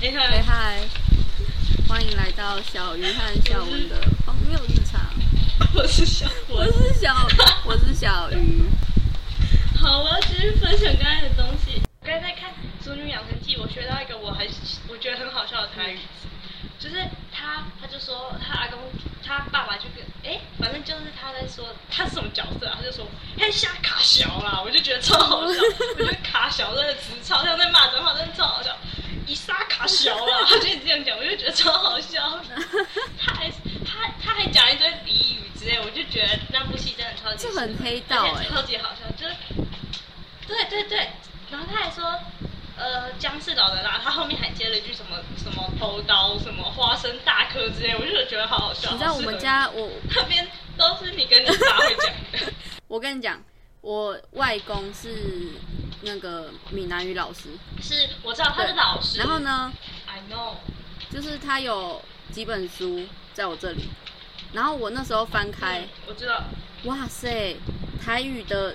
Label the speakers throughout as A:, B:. A: 哎嗨，
B: 嗨嗨，欢迎来到小鱼和小文的荒谬日常。
A: 我是小
B: 我
A: 文。
B: 是小，我是小鱼。
A: 好，我要继续分享刚才的东西。我刚才在看《俗女养成记》，我学到一个我很我觉得很好笑的台语，就是他他就说他阿公他爸爸就跟哎、反正就是他在说他是什么角色啊，他就说嘿下卡小啦，我就觉得超好笑，我觉得卡小真的词超像在骂脏话，真的超好笑。伊莎卡小啦，他就这样讲，我就觉得超好笑。他还他他还讲一堆俚语之类，我就觉得那部戏真的超级
B: 这
A: 适合
B: 很黑道
A: 而且
B: 欸
A: 超级好笑，就是对对对，然后他还说，呃，姜是老的辣，他后面还接了一句什么什么头刀什么花生大颗之类，我就觉得好好笑。
B: 你知道
A: 好
B: 我
A: 适合
B: 们家我，
A: 那边都是你跟你爸会讲 的，
B: 我跟你讲，我外公是那个闽南语老师，
A: 是我知道他是
B: 对
A: 老师，
B: 然后呢，
A: ，I know，
B: 就是他有几本书在我这里，然后我那时候翻开
A: 嗯，我知道，
B: 哇塞，台语的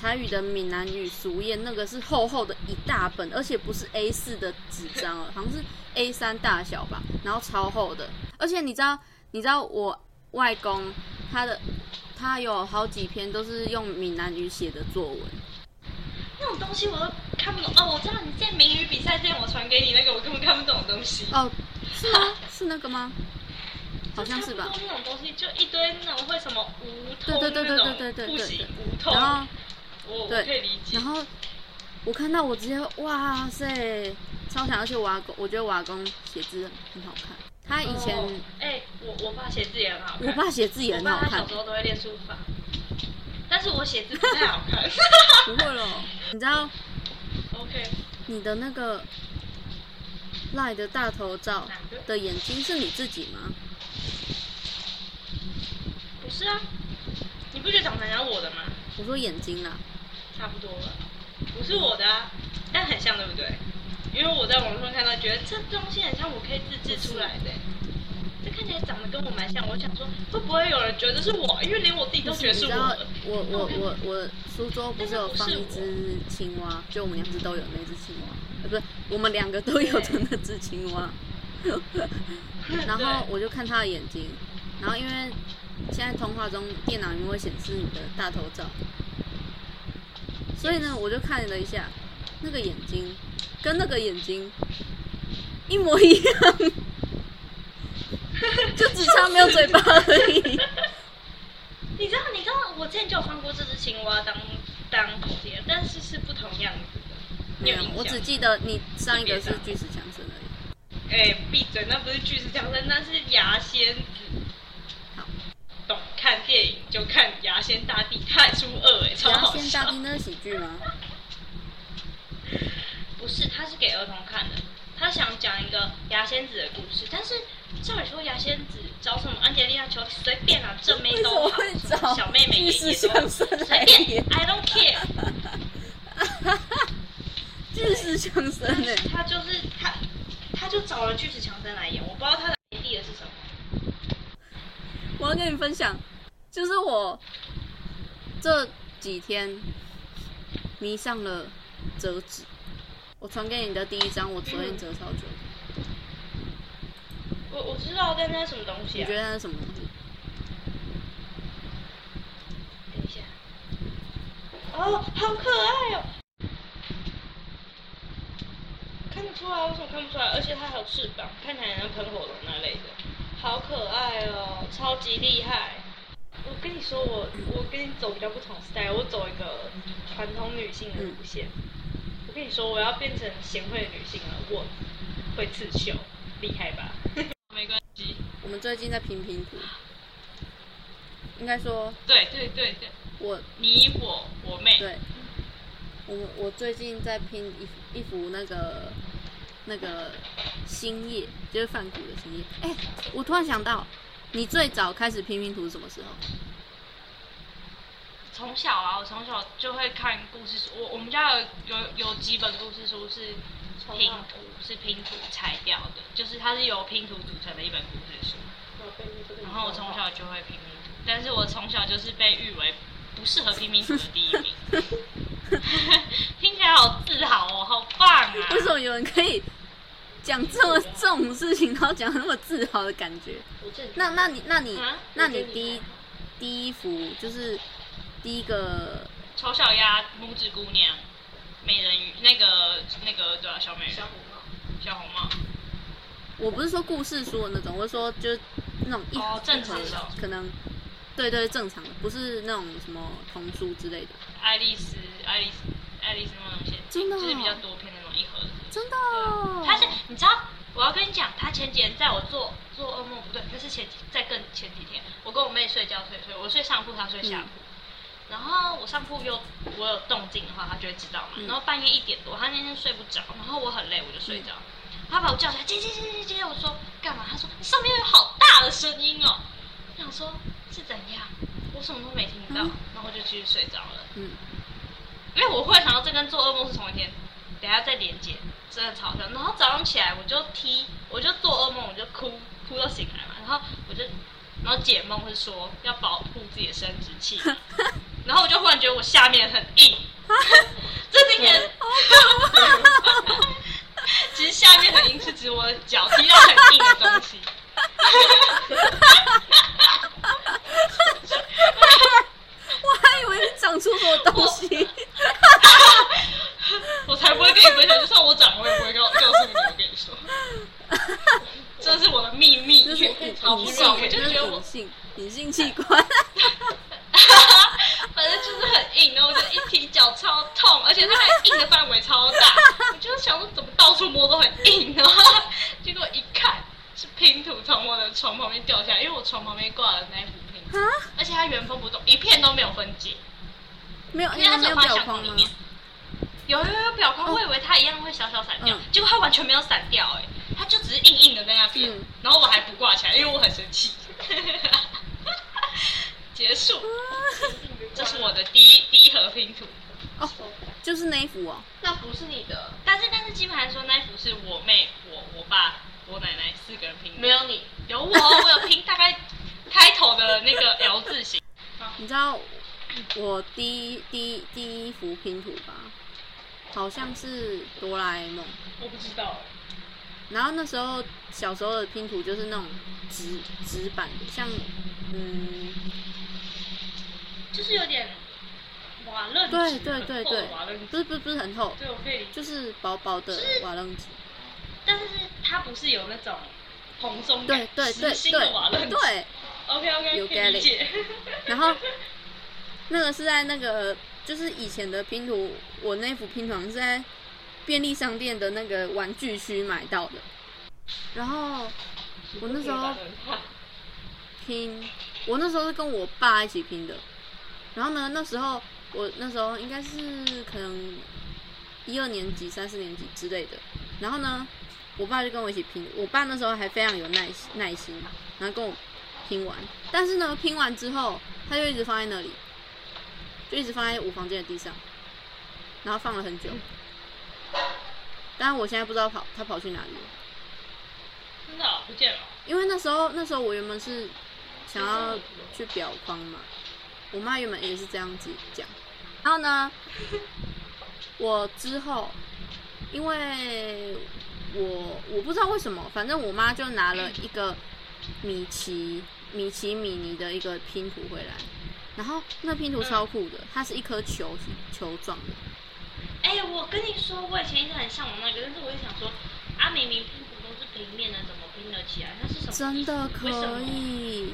B: 台语的闽南语俗谚那个是厚厚的一大本，而且不是 A 四的纸张哦，好像是 A 三大小吧，然后超厚的。而且你知道，你知道我外公他的他有好几篇都是用闽南语写的作文，
A: 那种东西我都看不懂哦。我知道你在名语比赛之前我传给你那个，我根本看不懂的东西。
B: 哦，是吗？是那个吗？好像是吧
A: 就差。不多那种东西，就一堆那种会什么无痛
B: 对对
A: 那
B: 对
A: 种
B: 对对对对
A: 不
B: 对
A: 行
B: 对
A: 无痛，
B: 然后
A: 我哦我
B: 对
A: 可以理解
B: 然。后我看到我直接哇塞，超想！而且我阿公，我觉得我阿公写字很好看，他以前。
A: 哦哎、我我爸写字也很好看，
B: 我爸写字也很好
A: 我爸他
B: 看
A: 小时，候都会练书法，但是我写字不太好 看。
B: 不会咯。你知道
A: OK，
B: 你的那个赖的大头照
A: 哪个？
B: 的眼睛是你自己吗？
A: 不是啊，你不觉得长得很像我的吗？
B: 我说眼睛啊啦，
A: 差不多了，不是我的啊，但很像对不对？因为我在网络上看到，觉得这东西很像我可以自制出来的、这看起来长得跟我蛮像，我想说会不会有人觉得是我？因为连我自己都觉得
B: 你
A: 是
B: 知
A: 我
B: 道
A: 了。
B: 我我我我苏州不是有放
A: 但
B: 一
A: 是不
B: 只青蛙，就我们两只都有那只青蛙，呃，不是我们两个都有的那只青蛙。
A: 嗯
B: 然后我就看他的眼睛，然后因为现在通话中电脑里面会显示你的大头照，所以呢，我就看了一下，那个眼睛跟那个眼睛一模一样， 就只差没有嘴巴而 已。
A: 你知道，你知道，我之前就有放过这只青蛙当当口碟，但是是不同样子的。你有
B: 没有
A: 印象，
B: 啊我只记得你上一个是巨石强森而已。
A: 哎，闭嘴，那不是巨石强森，那是牙仙子。
B: 好，
A: 懂看电影就看牙仙大帝，他还出二哎、超
B: 牙
A: 好
B: 仙
A: 笑
B: 大。帝那是喜剧吗？
A: 不是，他是给儿童看的。他想讲一个牙仙子的故事，但是照理说牙仙子找什么安吉丽娜·裘随便啊，正妹
B: 为什
A: 都
B: 么
A: 好
B: 会，找
A: 小妹妹
B: 巨
A: 也
B: 石
A: 也
B: 强
A: 都
B: 森来
A: 随
B: 演
A: 便，I don't care。
B: 巨石强森
A: 但
B: 哎、
A: 是 他就是他，他就找了巨石强森来演，我不知道他的 idea 是什么。
B: 我要跟你分享，就是我这几天迷上了折纸。我传给你的第一张，我昨天折超久的。
A: 我我知道，但那是什么东西
B: 你
A: 啊？
B: 觉得它是什么东西？
A: 等一下，哦，好可爱哦！看得出来，为什么看不出来？而且它还有翅膀，看起来很像喷火龙那类的，好可爱哦，超级厉害！我跟你说，我我跟你走比较不同 style，我走一个传统女性的路线。我跟你说，我要变成贤惠的女性了，我会刺绣，厉害 吧？没关系，
B: 我们最近在拼拼图，应该说
A: 对对对对，
B: 我
A: 你我我妹
B: 对，我我最近在拼一幅一幅那个那个星夜，就是梵谷的星夜。哎、我突然想到，你最早开始拼拼图是什么时候？
A: 从小啊，我从小就会看故事书。我我们家有有有几本故事书是拼图，是拼图裁掉的，就是它是由拼图组成的一本故事书。然后我从小就会拼拼图，但是我从小就是被誉为不适合拼拼图的第一名。听起来好自豪哦，好棒啊！
B: 为什么有人可以讲这么这种事情，然后讲那么自豪的感觉。
C: 我正
B: 那那你那你
C: 啊
B: 那
C: 我觉
B: 你
C: 得
B: 第
C: 你
B: 一第一幅就是第一个
A: 丑小鸭、拇指姑娘、美人鱼，那个那个对啊，小美人、
C: 小红帽，
A: 小红帽，
B: 我不是说故事书的那种，我是说就是那种一
A: 哦正常的
B: 一盒可能，对对正常的，不是那种什么童书之类的，
A: 爱丽丝、爱丽丝、爱丽丝那种写，
B: 真的
C: 啊
B: 哦
A: 就是比较多篇那种一盒的。
B: 真的
A: 对啊，
B: 哦
A: 他是你知道，我要跟你讲，他前几天在我做做噩梦，不对，那是前几在更前几天，我跟我妹睡觉睡睡，我睡上铺，她睡下铺。
B: 嗯
A: 然后我上铺有我有动静的话，她就会知道嘛。
B: 嗯
A: 然后半夜一点多，她那天睡不着，然后我很累，我就睡着。
B: 嗯
A: 她把我叫起来，接接接接接，我说干嘛？她说你上面有好大的声音哦。我想说是怎样？我什么都没听到，
B: 嗯
A: 然后我就继续睡着了。
B: 嗯，
A: 因为我会想到这跟做噩梦是同一天，等一下再连接，真的超像。然后早上起来我就踢，我就做噩梦，我就哭，哭到醒来嘛。然后我就，然后解梦是说要保护自己的生殖器，然后我就忽然觉得我下面很硬，这听起来， 其实下面很硬是指我的脚踢到很硬的东西。
B: 我还以为你讲出什么东西，
A: 我才不会跟你分享，就算我讲，我也不会告告诉你。我跟你 说，这是我的秘密。
B: 就是隐
A: 好
B: 隐
A: 不
B: 性
A: 爽，我，
B: 就
A: 就是觉得我
B: 隐，性 隐性器官， 啊
A: 反正就是很硬，然后我就一踢脚超痛，而且它还硬的范围超大。我就是想说，怎么到处摸都很硬，然后 结果一看是拼图从我的床旁边掉下来，因为我床旁边挂了那一幅拼图，而且它原封不动，一片都没有分解。
B: 没有，
A: 啊因
B: 你
A: 为它
B: 们
A: 只
B: 没
A: 放
B: 有
A: 在
B: 表
A: 相
B: 框
A: 框里
B: 吗？
A: 面。有有有表框，
B: 哦
A: 我以为它一样会小小散掉
B: 嗯，
A: 结果它完全没有散掉，哎，它就只是硬硬的在那边
B: 嗯，
A: 然后我还不挂起来，因为我很生气。 结束，这是我的第一第一盒拼图，
B: 哦，就是那一幅哦，
C: 那不是你的，
A: 但是但是基本上说那一幅是我妹、我我爸、我奶奶四个人拼的，
C: 没有你，
A: 有我，我有拼大概开头的那个 L 字形，
B: 你知道我第一第一第一幅拼图吧，好像是哆啦 A 梦。
A: 我不知道，欸
B: 然后那时候小时候的拼图就是那种纸纸板的，像嗯，
A: 就是有点瓦楞纸
B: 对对对
A: 很厚
B: 对
A: 的瓦楞，
B: 不
A: 纸，
B: 是不是不是很厚，
A: 对我可以理解。
B: 就是薄薄的瓦楞纸，
A: 但是它不是有那种蓬松感
B: 对，对对
A: 实心的瓦
B: 对
A: 楞纸。
B: 对。
A: ，OK OK，
B: You
A: 可以
B: get
A: 理解。
B: 然后那个是在那个就是以前的拼图，我那幅拼图好像是在便利商店的那个玩具区买到的。然后我那时 候拼，我那时候是跟我爸一起拼的。然后呢，那时候我那时候应该是可能一二年级、三四年级之类的。然后呢，我爸就跟我一起拼。我爸那时候还非常有耐心耐心，然后跟我拼完。但是呢，拼完之后，他就一直放在那里，就一直放在我房间的地上，然后放了很久。但我现在不知道跑他跑去哪里了。
A: 真的哦不见了。
B: 因为那时候那时候我原本是想要去表框嘛，我妈原本也是这样子讲。然后 呢，我之后因为我我不知道为什么，反正我妈就拿了一个米奇米奇米妮的一个拼图回来，然后那拼图超酷的，它是一颗球球状的，
A: 哎、我跟你说，我以前一直很向往那个，但是我一直想说，啊，明明拼图都是平面的，怎么拼得起来？那是什么？
B: 真的
A: 为什
B: 可
A: 么
B: 以。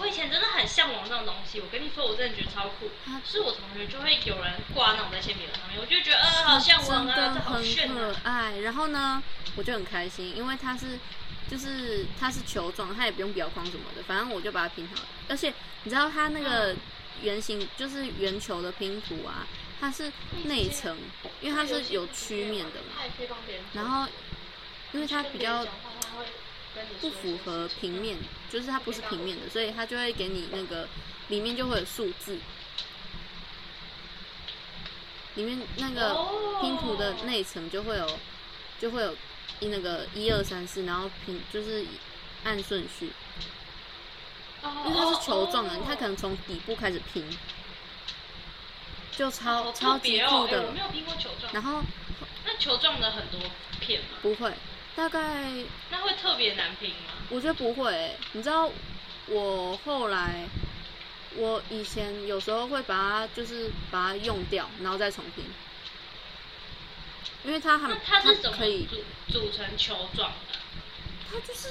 A: 我以前真的很向往这种东西，我跟你说，我真的觉得超酷。
B: 它
A: 就是我同学就会有人挂那种在铅笔盒上面，我就觉得，呃，好向往啊，
B: 真
A: 这
B: 的
A: 好
B: 很
A: 炫
B: 可
A: 啊。
B: 爱。然后呢，我就很开心，因为它是就是它是球状，它也不用裱框什么的，反正我就把它拼好了。而且你知道它那
A: 嗯
B: 个圆形就是圆球的拼图啊，它是内层，因为它是有曲面的嘛，
C: 他也可以帮别人做，
B: 然后因为它
C: 跟
B: 比
C: 别人
B: 较
C: 讲话他会跟你
B: 不
C: 说
B: 符合平面，就是它不是平面的，所以它就会给你那个里面就会有数字，里面那个
A: 哦
B: 拼图的内层就会有就会有一那个一二三四，然后拼就是按顺序，因为它是球状
A: 哦
B: 的，它可能从底部开始拼，就超
A: 好特
B: 超级
A: 别哦
B: 酷
A: 哎我
B: 的
A: 没，有拼过球状，
B: 然后
A: 那球状的很多片嘛。
B: 不会，大概
C: 那会特别难拼吗？
B: 我觉得不会欸、你知道我后来，我以前有时候会把它就是把它用掉，然后再重拼，因为它
C: 那
B: 很
C: 它是怎么
B: 可以，
C: 组组成球状的？
B: 它就是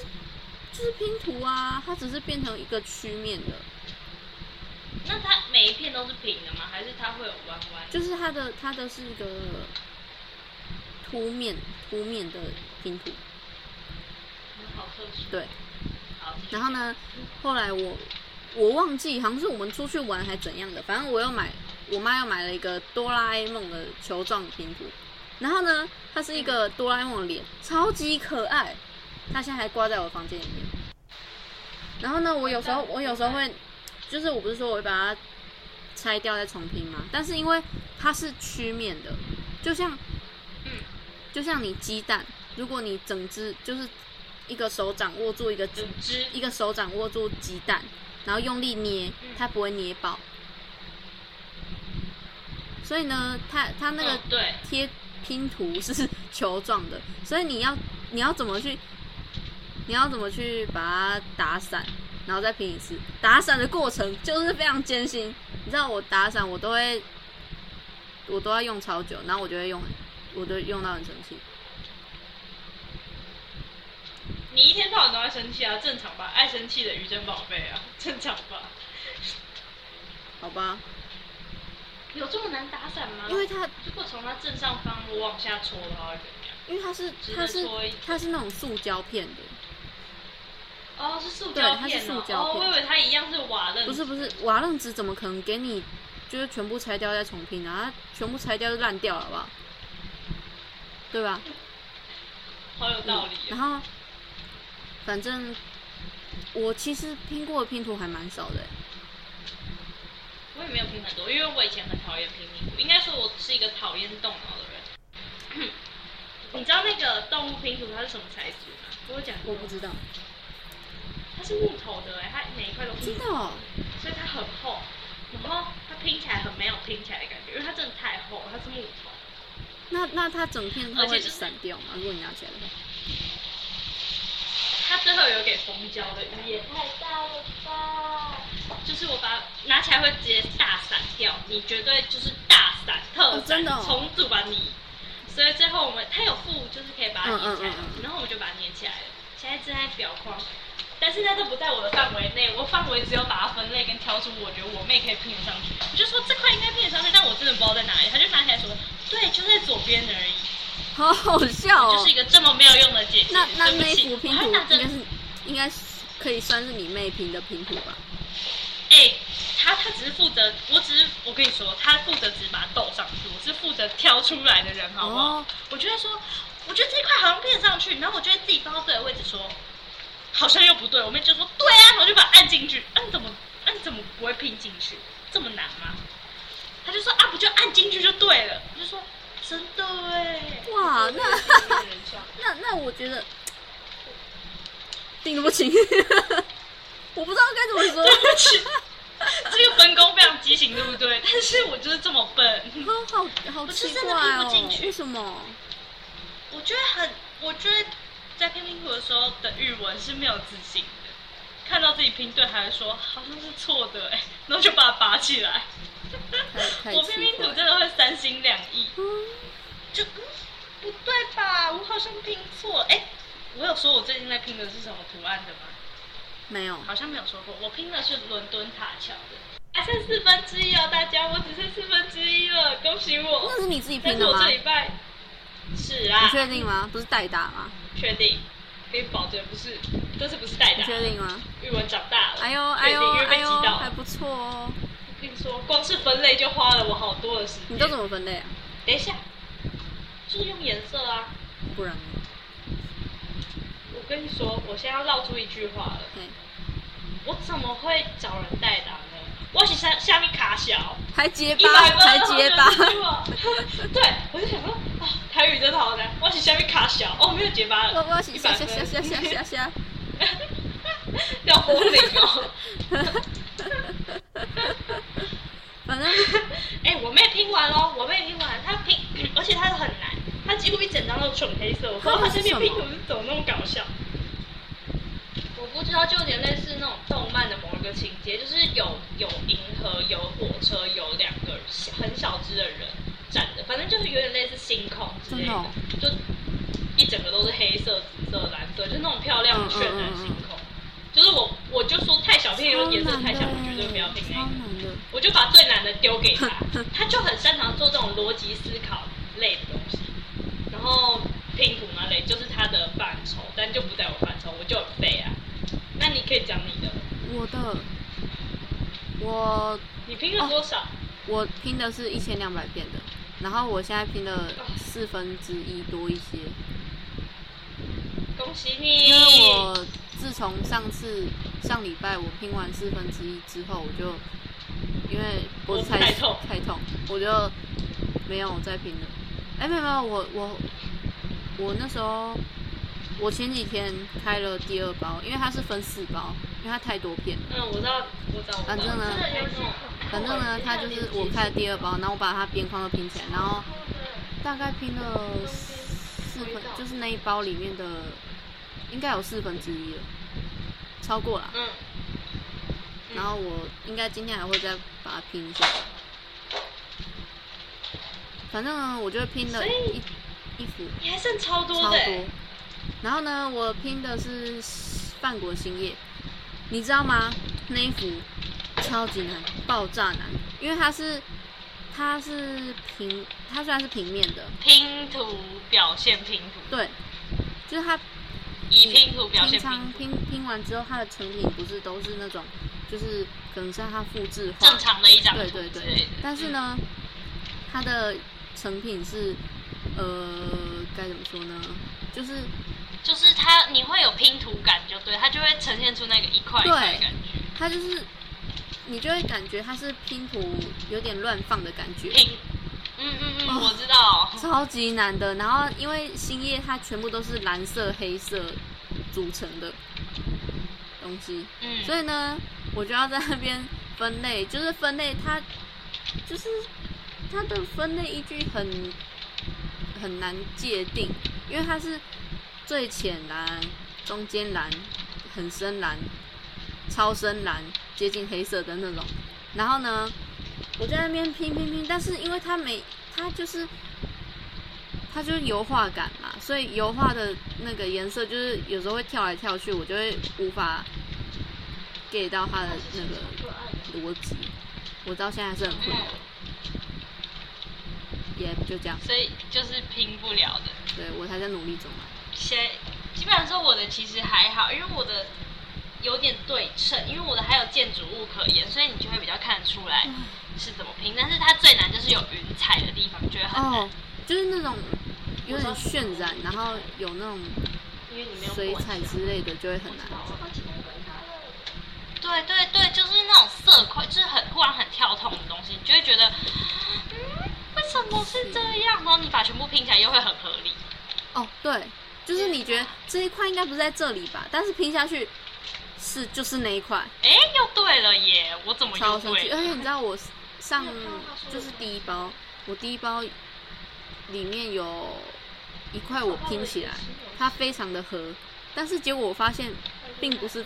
B: 就是拼图啊，它只是变成一个曲面的，
C: 那它每一片都是平的吗？还是它会有弯弯？
B: 就是它的它的是一个凸面凸面的拼图，
C: 嗯好特殊。
B: 对。
C: 好，继续
B: 然后呢，后来我我忘记好像是我们出去玩还怎样的，反正我又买，我妈又买了一个哆啦 A 梦的球状拼图，然后呢，它是一个哆啦 A 梦的脸，超级可爱，它现在还挂在我房间里面。然后呢，我有时候我有时候会，就是我不是说我会把它拆掉再重拼嘛，但是因为它是曲面的，就像
C: 嗯，
B: 就像你鸡蛋，如果你整只就是一个手掌握住一个鸡
C: 组织
B: 一个手掌握住鸡蛋，然后用力捏，它不会捏爆。所以呢，它它那个
C: 嗯对
B: 贴拼图是球状的，所以你要你要怎么去，你要怎么去把它打散，然后再拼一次。打散的过程就是非常艰辛，你知道我打散我都会，我都要用超久，然后我就会用，我都用到很生气。
C: 你一天到晚都在生气啊，正常吧？爱生气的鱼珍宝贝啊，正常吧？
B: 好吧，
C: 有这么难打散吗？
B: 因为它
C: 如果从它正上方我往下戳的话会怎么样？
B: 因为它是
C: 只能
B: 它是
C: 说一
B: 它是那种塑胶片的，
C: 哦，是塑胶
B: 对它
C: 片
B: 是
C: 哦，
B: 塑胶
C: 哦，
B: 片
C: 我以为它一样是瓦楞纸，
B: 不是不是，瓦楞纸怎么可能给你就是全部拆掉再重拼啊？它全部拆掉就烂掉了，好不好？对吧？
C: 好有道理、
B: 然
C: 哦。
B: 后，反正我其实拼过的拼图还蛮少的欸、
C: 我也没有拼很多，因为我以前很讨厌拼拼图，应该说我是一个讨厌动脑的人。你知道那个动物拼图它是什么材质吗？我有讲过
B: 我不知道，
C: 它是木头的哎、它每一块都是
B: 真
C: 木
B: 的、
C: 头，
B: 哦，
C: 所以它很厚，然后它拼起来很没有拼起来的感觉，因为它真的太厚，它是木头。
B: 那那它整片它
C: 而且
B: 会
C: 就是
B: 散掉吗？如果你拿起来的话，
C: 它最后有给蜂胶的雨也太大了吧！就是我把它拿起来会直接大散掉，你绝对就是大散特散，
B: 哦真的哦
C: 重组吧你。所以最后我们它有附就是可以把它粘起来的
B: 嗯嗯嗯嗯嗯
C: 然后我们就把它粘起来了。现在正在裱框，但是那都不在我的范围内，我范围只有把它分类跟挑出我觉得我妹可以拼得上去。我就说这块应该拼得上去，但我真的不知道在哪里。她就拿起来说，对，就在左边而已。
B: 好好笑哦。
C: 就是一个这么没有用的解释。
B: 那那
C: 对不
B: 那一
C: 起
B: 幅拼
C: 我还
B: 图
C: 拿着
B: 应该是应该是可以算是你妹拼的拼图吧？
C: 哎、他他只是负责，我只是我跟你说，他负责只是把它斗上去，我是负责挑出来的人，好不好？
B: 哦
C: 我就会说，我觉得这一块好像变上去，然后我就会自己放到对的位置说，好像又不对，我妹就说对啊，然后我就把它按进去，按、你怎么啊按、你怎么不会拼进去？这么难吗？他就说啊，不就按进去就对了，我就说真的哎，
B: 哇
C: 我就
B: 那
C: 真的有点像
B: 那那我觉得顶得不清， 我不知道该 怎么
C: 对不
B: 说，
C: 起，这个分工非常畸形，对不对？但是我就是这么笨。
B: 好哦好好
C: 我
B: 奇
C: 是真
B: 怪
C: 的拼不
B: 哦
C: 进，去
B: 为什 么？
C: 我觉得很，我觉得在拼拼图的时候的语文是没有自信的，看到自己拼对还会说好像是错的哎、 然后就把它拔起来。
B: 太太
C: 我拼
B: 奇
C: 拼
B: 怪
C: 图真的会三心两意，
B: 嗯，
C: 就嗯不对吧？我好像拼错了哎、我有说我最近在拼的是什么图案的吗？
B: 没有，
C: 好像没有说过，我拼的是伦敦塔桥的，还剩四分之一哦，大家，我只剩四分之一了，恭喜我！
B: 那是你自己
C: 但
B: 拼
C: 是
B: 的
C: 我
B: 吗？
C: 这礼
B: 你
C: 拜是啊，
B: 确定吗？不是代打吗？
C: 确定，可以保证不是，这次不是代
B: 你
C: 打。
B: 确定吗？
C: 语文长大了，
B: 哎呦
C: 确
B: 哎
C: 定
B: 呦
C: 因为
B: 哎
C: 被
B: 呦
C: 击到，
B: 还
C: 了。
B: 不错哦。
C: 我跟你说，光是分类就花了我好多的时间。
B: 你都怎？么分类啊？
C: 等一下，就是用颜色啊！
B: 不然呢，
C: 我跟你说，我现在要绕出一句话了，
B: 嘿，
C: 我怎么会找人代打呢？我是下下面卡小，
B: 还结
C: 一
B: 巴
C: 百，分啊
B: 才结巴，
C: 巴。对，我就想说，啊，台语真的好难。我是下面卡小，哦，没有结巴了
B: 我。我是下下下
C: 100
B: 下
C: 分
B: 下 下下。
C: 要封领哦。
B: 反正
C: 哦嗯哎、我妹拼完喽，我妹拼完，她拼，而且她很难，她他几乎一整张都纯黑色，我不知道
B: 那
C: 他
B: 是
C: 这边
B: 什么
C: 拼图是怎么那么搞笑。我估计它就有点类似那种动漫的某一个情节，就是有有银河，有火车，有两个小很小只的人站着，反正就是有点类似星空之类
B: 真的哦
C: 就一整个都是黑色、紫色、蓝色，就是那种漂
B: 嗯
C: 亮的渲染星空。就是我我就说太小片，有颜色太小，我绝对不要拼那
B: 超
C: 个。
B: 难的。
C: 我就把最难的丢给 他，他就很擅长做这种逻辑思考类的东西，然后拼图那类就是他的范畴，但就不在我范畴，我就很废啊。那你可以讲你的，
B: 我的，我
C: 你拼了多少？
B: 我拼的是一千两百遍的，然后我现在拼了四分之一多一些，
C: 恭喜你！
B: 因为我自从上次上礼拜我拼完四分之一之后，我就因为脖子太
C: 太痛
B: 太痛，我就没有再拼了。哎，没有没有，我我我那时候我前几天开了第二包，因为它是分四包，因为它太多片了。
C: 嗯，我知道，我知道，我知道。
B: 反正呢
C: 真的有这种
B: 反正呢，它就是我开的第二包，然后我把它边框都拼起来，然后大概拼了四分，就是那一包里面的应该有四分之一了，超过了。
C: 嗯，
B: 然后我应该今天还会再把它拼一下。反正呢，我就拼了
C: 所以
B: 一一幅
C: 你还剩超多
B: 超
C: 的、
B: 多。然后呢，我拼的是范国兴业，你知道吗？那一幅超级难，爆炸难，因为它是它是平，它虽然是平面的，
C: 拼图表现拼图，
B: 对，就是它
C: 以拼图表
B: 平
C: 现拼
B: 常
C: 图，
B: 拼拼完之后，它的成品不是都是那种，就是可能像它复制画
C: 正，常的一张图
B: 对对
C: 之
B: 对
C: 类的。。嗯
B: 但是呢，它的成品是呃该怎么说呢？就是
C: 就是它你会有拼图感，就对，它就会呈现出那个一块一块的感觉，
B: 它就是你就会感觉它是拼图有点乱放的感觉，
C: 拼，嗯嗯嗯，
B: 哦
C: 我知道，
B: 超级难的。然后因为星夜它全部都是蓝色、黑色组成的东西，
C: 嗯，
B: 所以呢，我就要在那边分类，就是分类它，就是它的分类依据很很难界定，因为它是最浅蓝、中间蓝、很深蓝、超深蓝、接近黑色的那种。然后呢，我在那边拼拼拼，但是因为它每它就是它就是油画感嘛，所以油画的那个颜色就是有时候会跳来跳去，我就会无法 get 到它的那个逻辑。我到现在还是很困
C: 嗯
B: 惑，，也就这样。
C: 所以就是拼不了的。
B: 对我还在努力中啊。
C: 先，基本上说我的其实还好，因为我的有点对称，因为我的还有建筑物可言，所以你就会比较看得出来
B: 嗯
C: 是怎么拼。但是它最难就是有云彩的地方，就会很难，
B: 哦，就是那种有点渲染，然后有那种
C: 因为你没有
B: 水
C: 管
B: 彩之类的，就会很难。
C: 对对对，就是那种色块，就是很忽然很跳痛的东西，你就会觉得，嗯，为什么是这样？然后你把全部拼起来又会很合理。
B: 哦，对，就是你觉得这一块应该不是在这里吧？但是拼下去是就是那一块，
C: 哎，又对了耶！我怎么
B: 超
C: 又
B: 生
C: 对
B: 气。而且
C: 了？
B: 你知道我上就是第一包，我第一包里面有一块我拼起来，它非常的合，但是结果我发现并不是，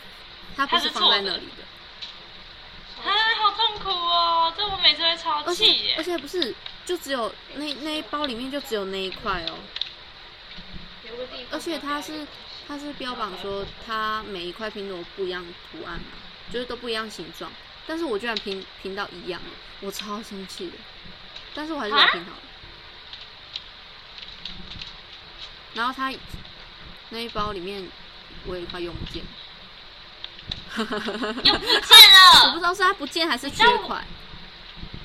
B: 它不
C: 它是
B: 是放在
C: 错的哦
B: 那里的。
C: 啊，好痛苦哦！这我每次会超
B: 而
C: 气
B: 且而
C: 耶。
B: 且不是，就只有那那一包里面就只有那一块哦。而且它是它是标榜说它每一块拼都有不一样图案嘛，就是都不一样形状，但是我居然拼拼到一样了，我超生气的。但是我还是把它拼好了。然后它那一包里面我有一块用 不见，
C: 又不见
B: 我不知
C: 了！
B: 道是它不见还是缺块。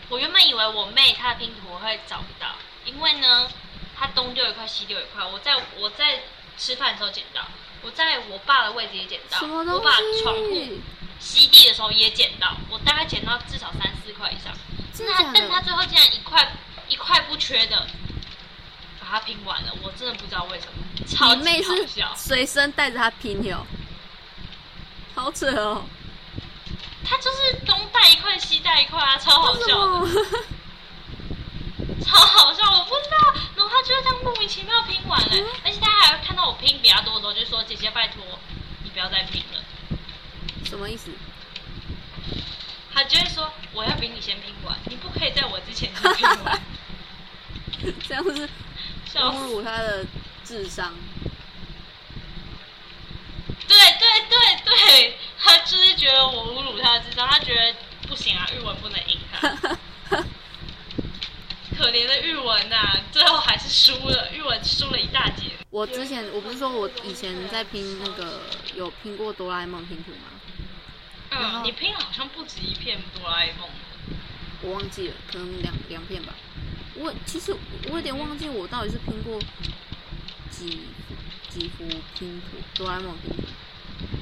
C: 我原本以为我妹她的拼图我会找不到，因为呢，她东丢一块，西丢一块。我在我在吃饭的时候捡到，我在我爸的位置也捡到，
B: 什么东
C: 我爸窗户
B: 西？
C: 吸地的时候也捡到，我大概捡到至少三四块以上。
B: 真的
C: 那
B: 假
C: 但他
B: 的？
C: 最后竟然一块一块不缺的把它拼完了，我真的不知道为什么，超
B: 你
C: 级
B: 妹
C: 好
B: 是
C: 笑。
B: 随身带着它拼的哦，好扯哦！
C: 他就是东带一块西带一块啊，超好
B: 为什
C: 笑的，
B: 么？
C: 超好笑，我不知道。然后他就是这样莫名其妙拼完
B: 嗯
C: 了、而且他还看到我拼比他多的时候，就说：“姐姐，拜托，你不要再拼了。
B: 什么意思？”
C: 他就会说：“我要比你先拼完，你不可以在我之前先拼 完。
B: 这样是”
C: 笑
B: 侮
C: 死！
B: 辱他的智商。
C: 对对对对，他就是觉得我侮辱他的智商，他觉得不行啊，日文不能赢他。可怜的日文呐、最后还是输了，日文输了一大截。
B: 我之前我不是说我以前在拼那个有拼过哆啦 A 梦拼图吗？ 然后
C: 嗯，你拼好像不止一片哆啦 A 梦。
B: 我忘记了，可能两两片吧。我其实我有点忘记我到底是拼过几几幅拼图，哆啦 A 梦拼图，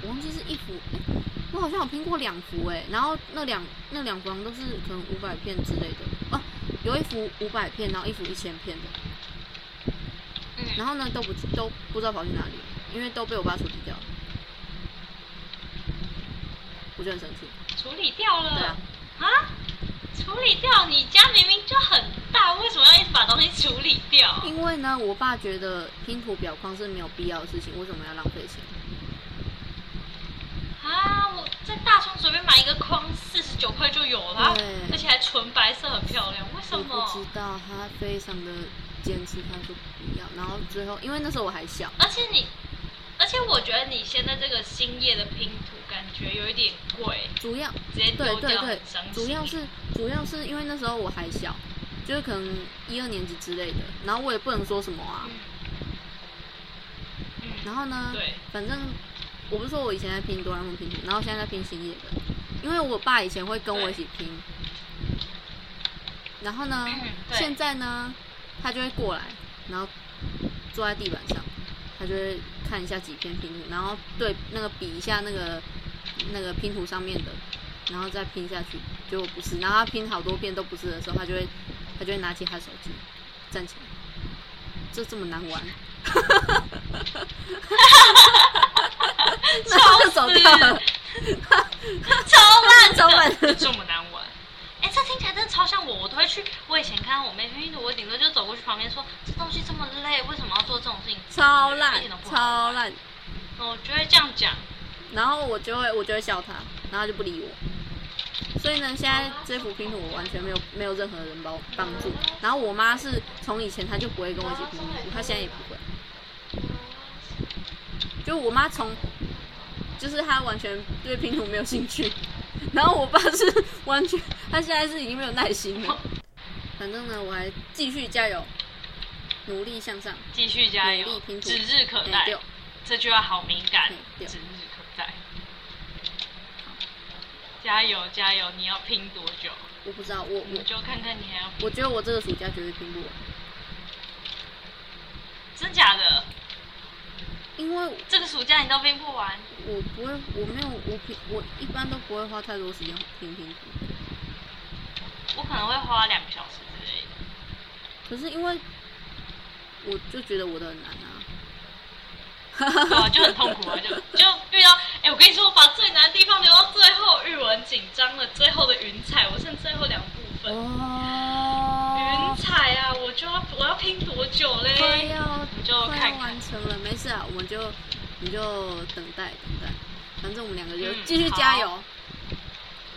B: 我忘记是一幅，哎、我好像有拼过两幅哎、然后那两那两幅好像都是可能五百片之类的哦、有一幅五百片，然后一幅一千片的，
C: 嗯，
B: 然后呢都不都不知道跑去哪里了，因为都被我爸处理掉了，我就很生气。
C: 处理掉了。
B: 对啊
C: 啊处理掉？你家明明就很大，为什么要一直把东西处理掉？
B: 因为呢，我爸觉得拼图表框是没有必要的事情，为什么要浪费钱？
C: 啊，我在大创随便买一个框，四十九块就有啦
B: 对，
C: 而且还纯白色，很漂亮。为什
B: 我不
C: 么
B: 知？道，他非常的坚持，他说不要。然后最后，因为那时候我还小，
C: 而且你，而且我觉得你现在这个新叶的拼图感觉有一点贵，
B: 主要
C: 直接
B: 对
C: 丢
B: 对
C: 掉
B: 对
C: 很伤，心。
B: 主要是主要是因为那时候我还小，就是可能一二年级之类的，然后我也不能说什么啊
C: 嗯。嗯
B: 然后呢，
C: 对，
B: 反正我不是说我以前在拼哆啦 A 梦拼图，然后现在在拼新叶的，因为我爸以前会跟我一起拼，然后呢
C: 嗯对
B: 现在呢，他就会过来，然后坐在地板上，他就会看一下几篇拼图，然后对那个比一下那个那个拼图上面的，然后再拼下去，结果不是，然后他拼好多遍都不是的时候，他就会他就会拿起他手机站起来，这这么难玩。然 后就走掉了，
C: 超烂的，
B: 超烂的
C: 这么难玩。哎、这听起来真的超像我，我都会去。我以前看到我妹拼图，我顶多就走过去旁边说：“这东西这么累，为什么要做这种事情？”
B: 超
C: 一
B: 烂
C: 点都，不好
B: 超烂。
C: 我就会这样讲。
B: 然后我就会我就会笑他，然后他就不理我。所以呢，现在这幅拼图我完全没有没有任何人帮我帮助。然后我妈是从以前她就不会跟我一起拼拼图，她现在也不会。就我妈从，就是她完全对拼图没有兴趣， 然后我爸是完全，他现在是已经没有耐心了。反正呢，我还继续加油，努力向上，
C: 继续加
B: 努力
C: 油，
B: 拼图
C: 指日可
B: 哎
C: 待。
B: 对
C: 这句话好敏感
B: 哎，
C: 指
A: 嗯
B: 对
C: 日可待。加油加油！你要拼多久？
B: 我不知道，我
C: 我们
B: 我
C: 就看看你还要拼
B: 我觉得我这个暑假绝对拼不完，
C: 真假的？
B: 因为
C: 这个暑假你都拼不完，
B: 我不会，我没有，我平我一般都不会花太多时间拼拼图。
C: 我可能会花两个小时之类的。
B: 可是因为我就觉得我的很难啊，
C: 对啊，就很痛苦啊，就就遇到，哎、我跟你说，我把最难的地方留到最后，日文紧张了，最后的云彩，我剩最后两部分。
B: 哦
C: 云，彩啊，我就要我要拼多久嘞？
B: 快
A: 哎
B: 要
C: 你就
B: 快
C: 看
B: 要
C: 看
B: 完成了，没事啊，我们就我们就等待等待，反正我们两个就
C: 嗯
B: 继续加油，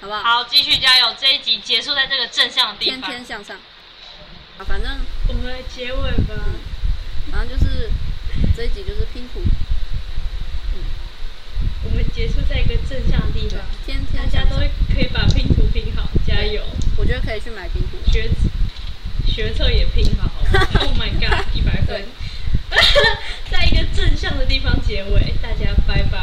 B: 好不好？
C: 好，继续加油！这一集结束在这个正向的地
B: 天
C: 方。
B: 天向上。啊，反正
A: 我们来结尾吧。
B: 反正就是这一集就是拼图，
A: 我们结束在一个正向的地
C: 啊
A: 方，
B: 天
A: 大
B: 天
A: 家
B: 向
A: 都
B: 上。
A: 可以把拼图拼好，加油！
B: 我觉得可以去买拼图。
A: 学学测也拼好好吗，Oh my god，一百分
B: 对。
A: 在一个正向的地方结尾，大家拜拜。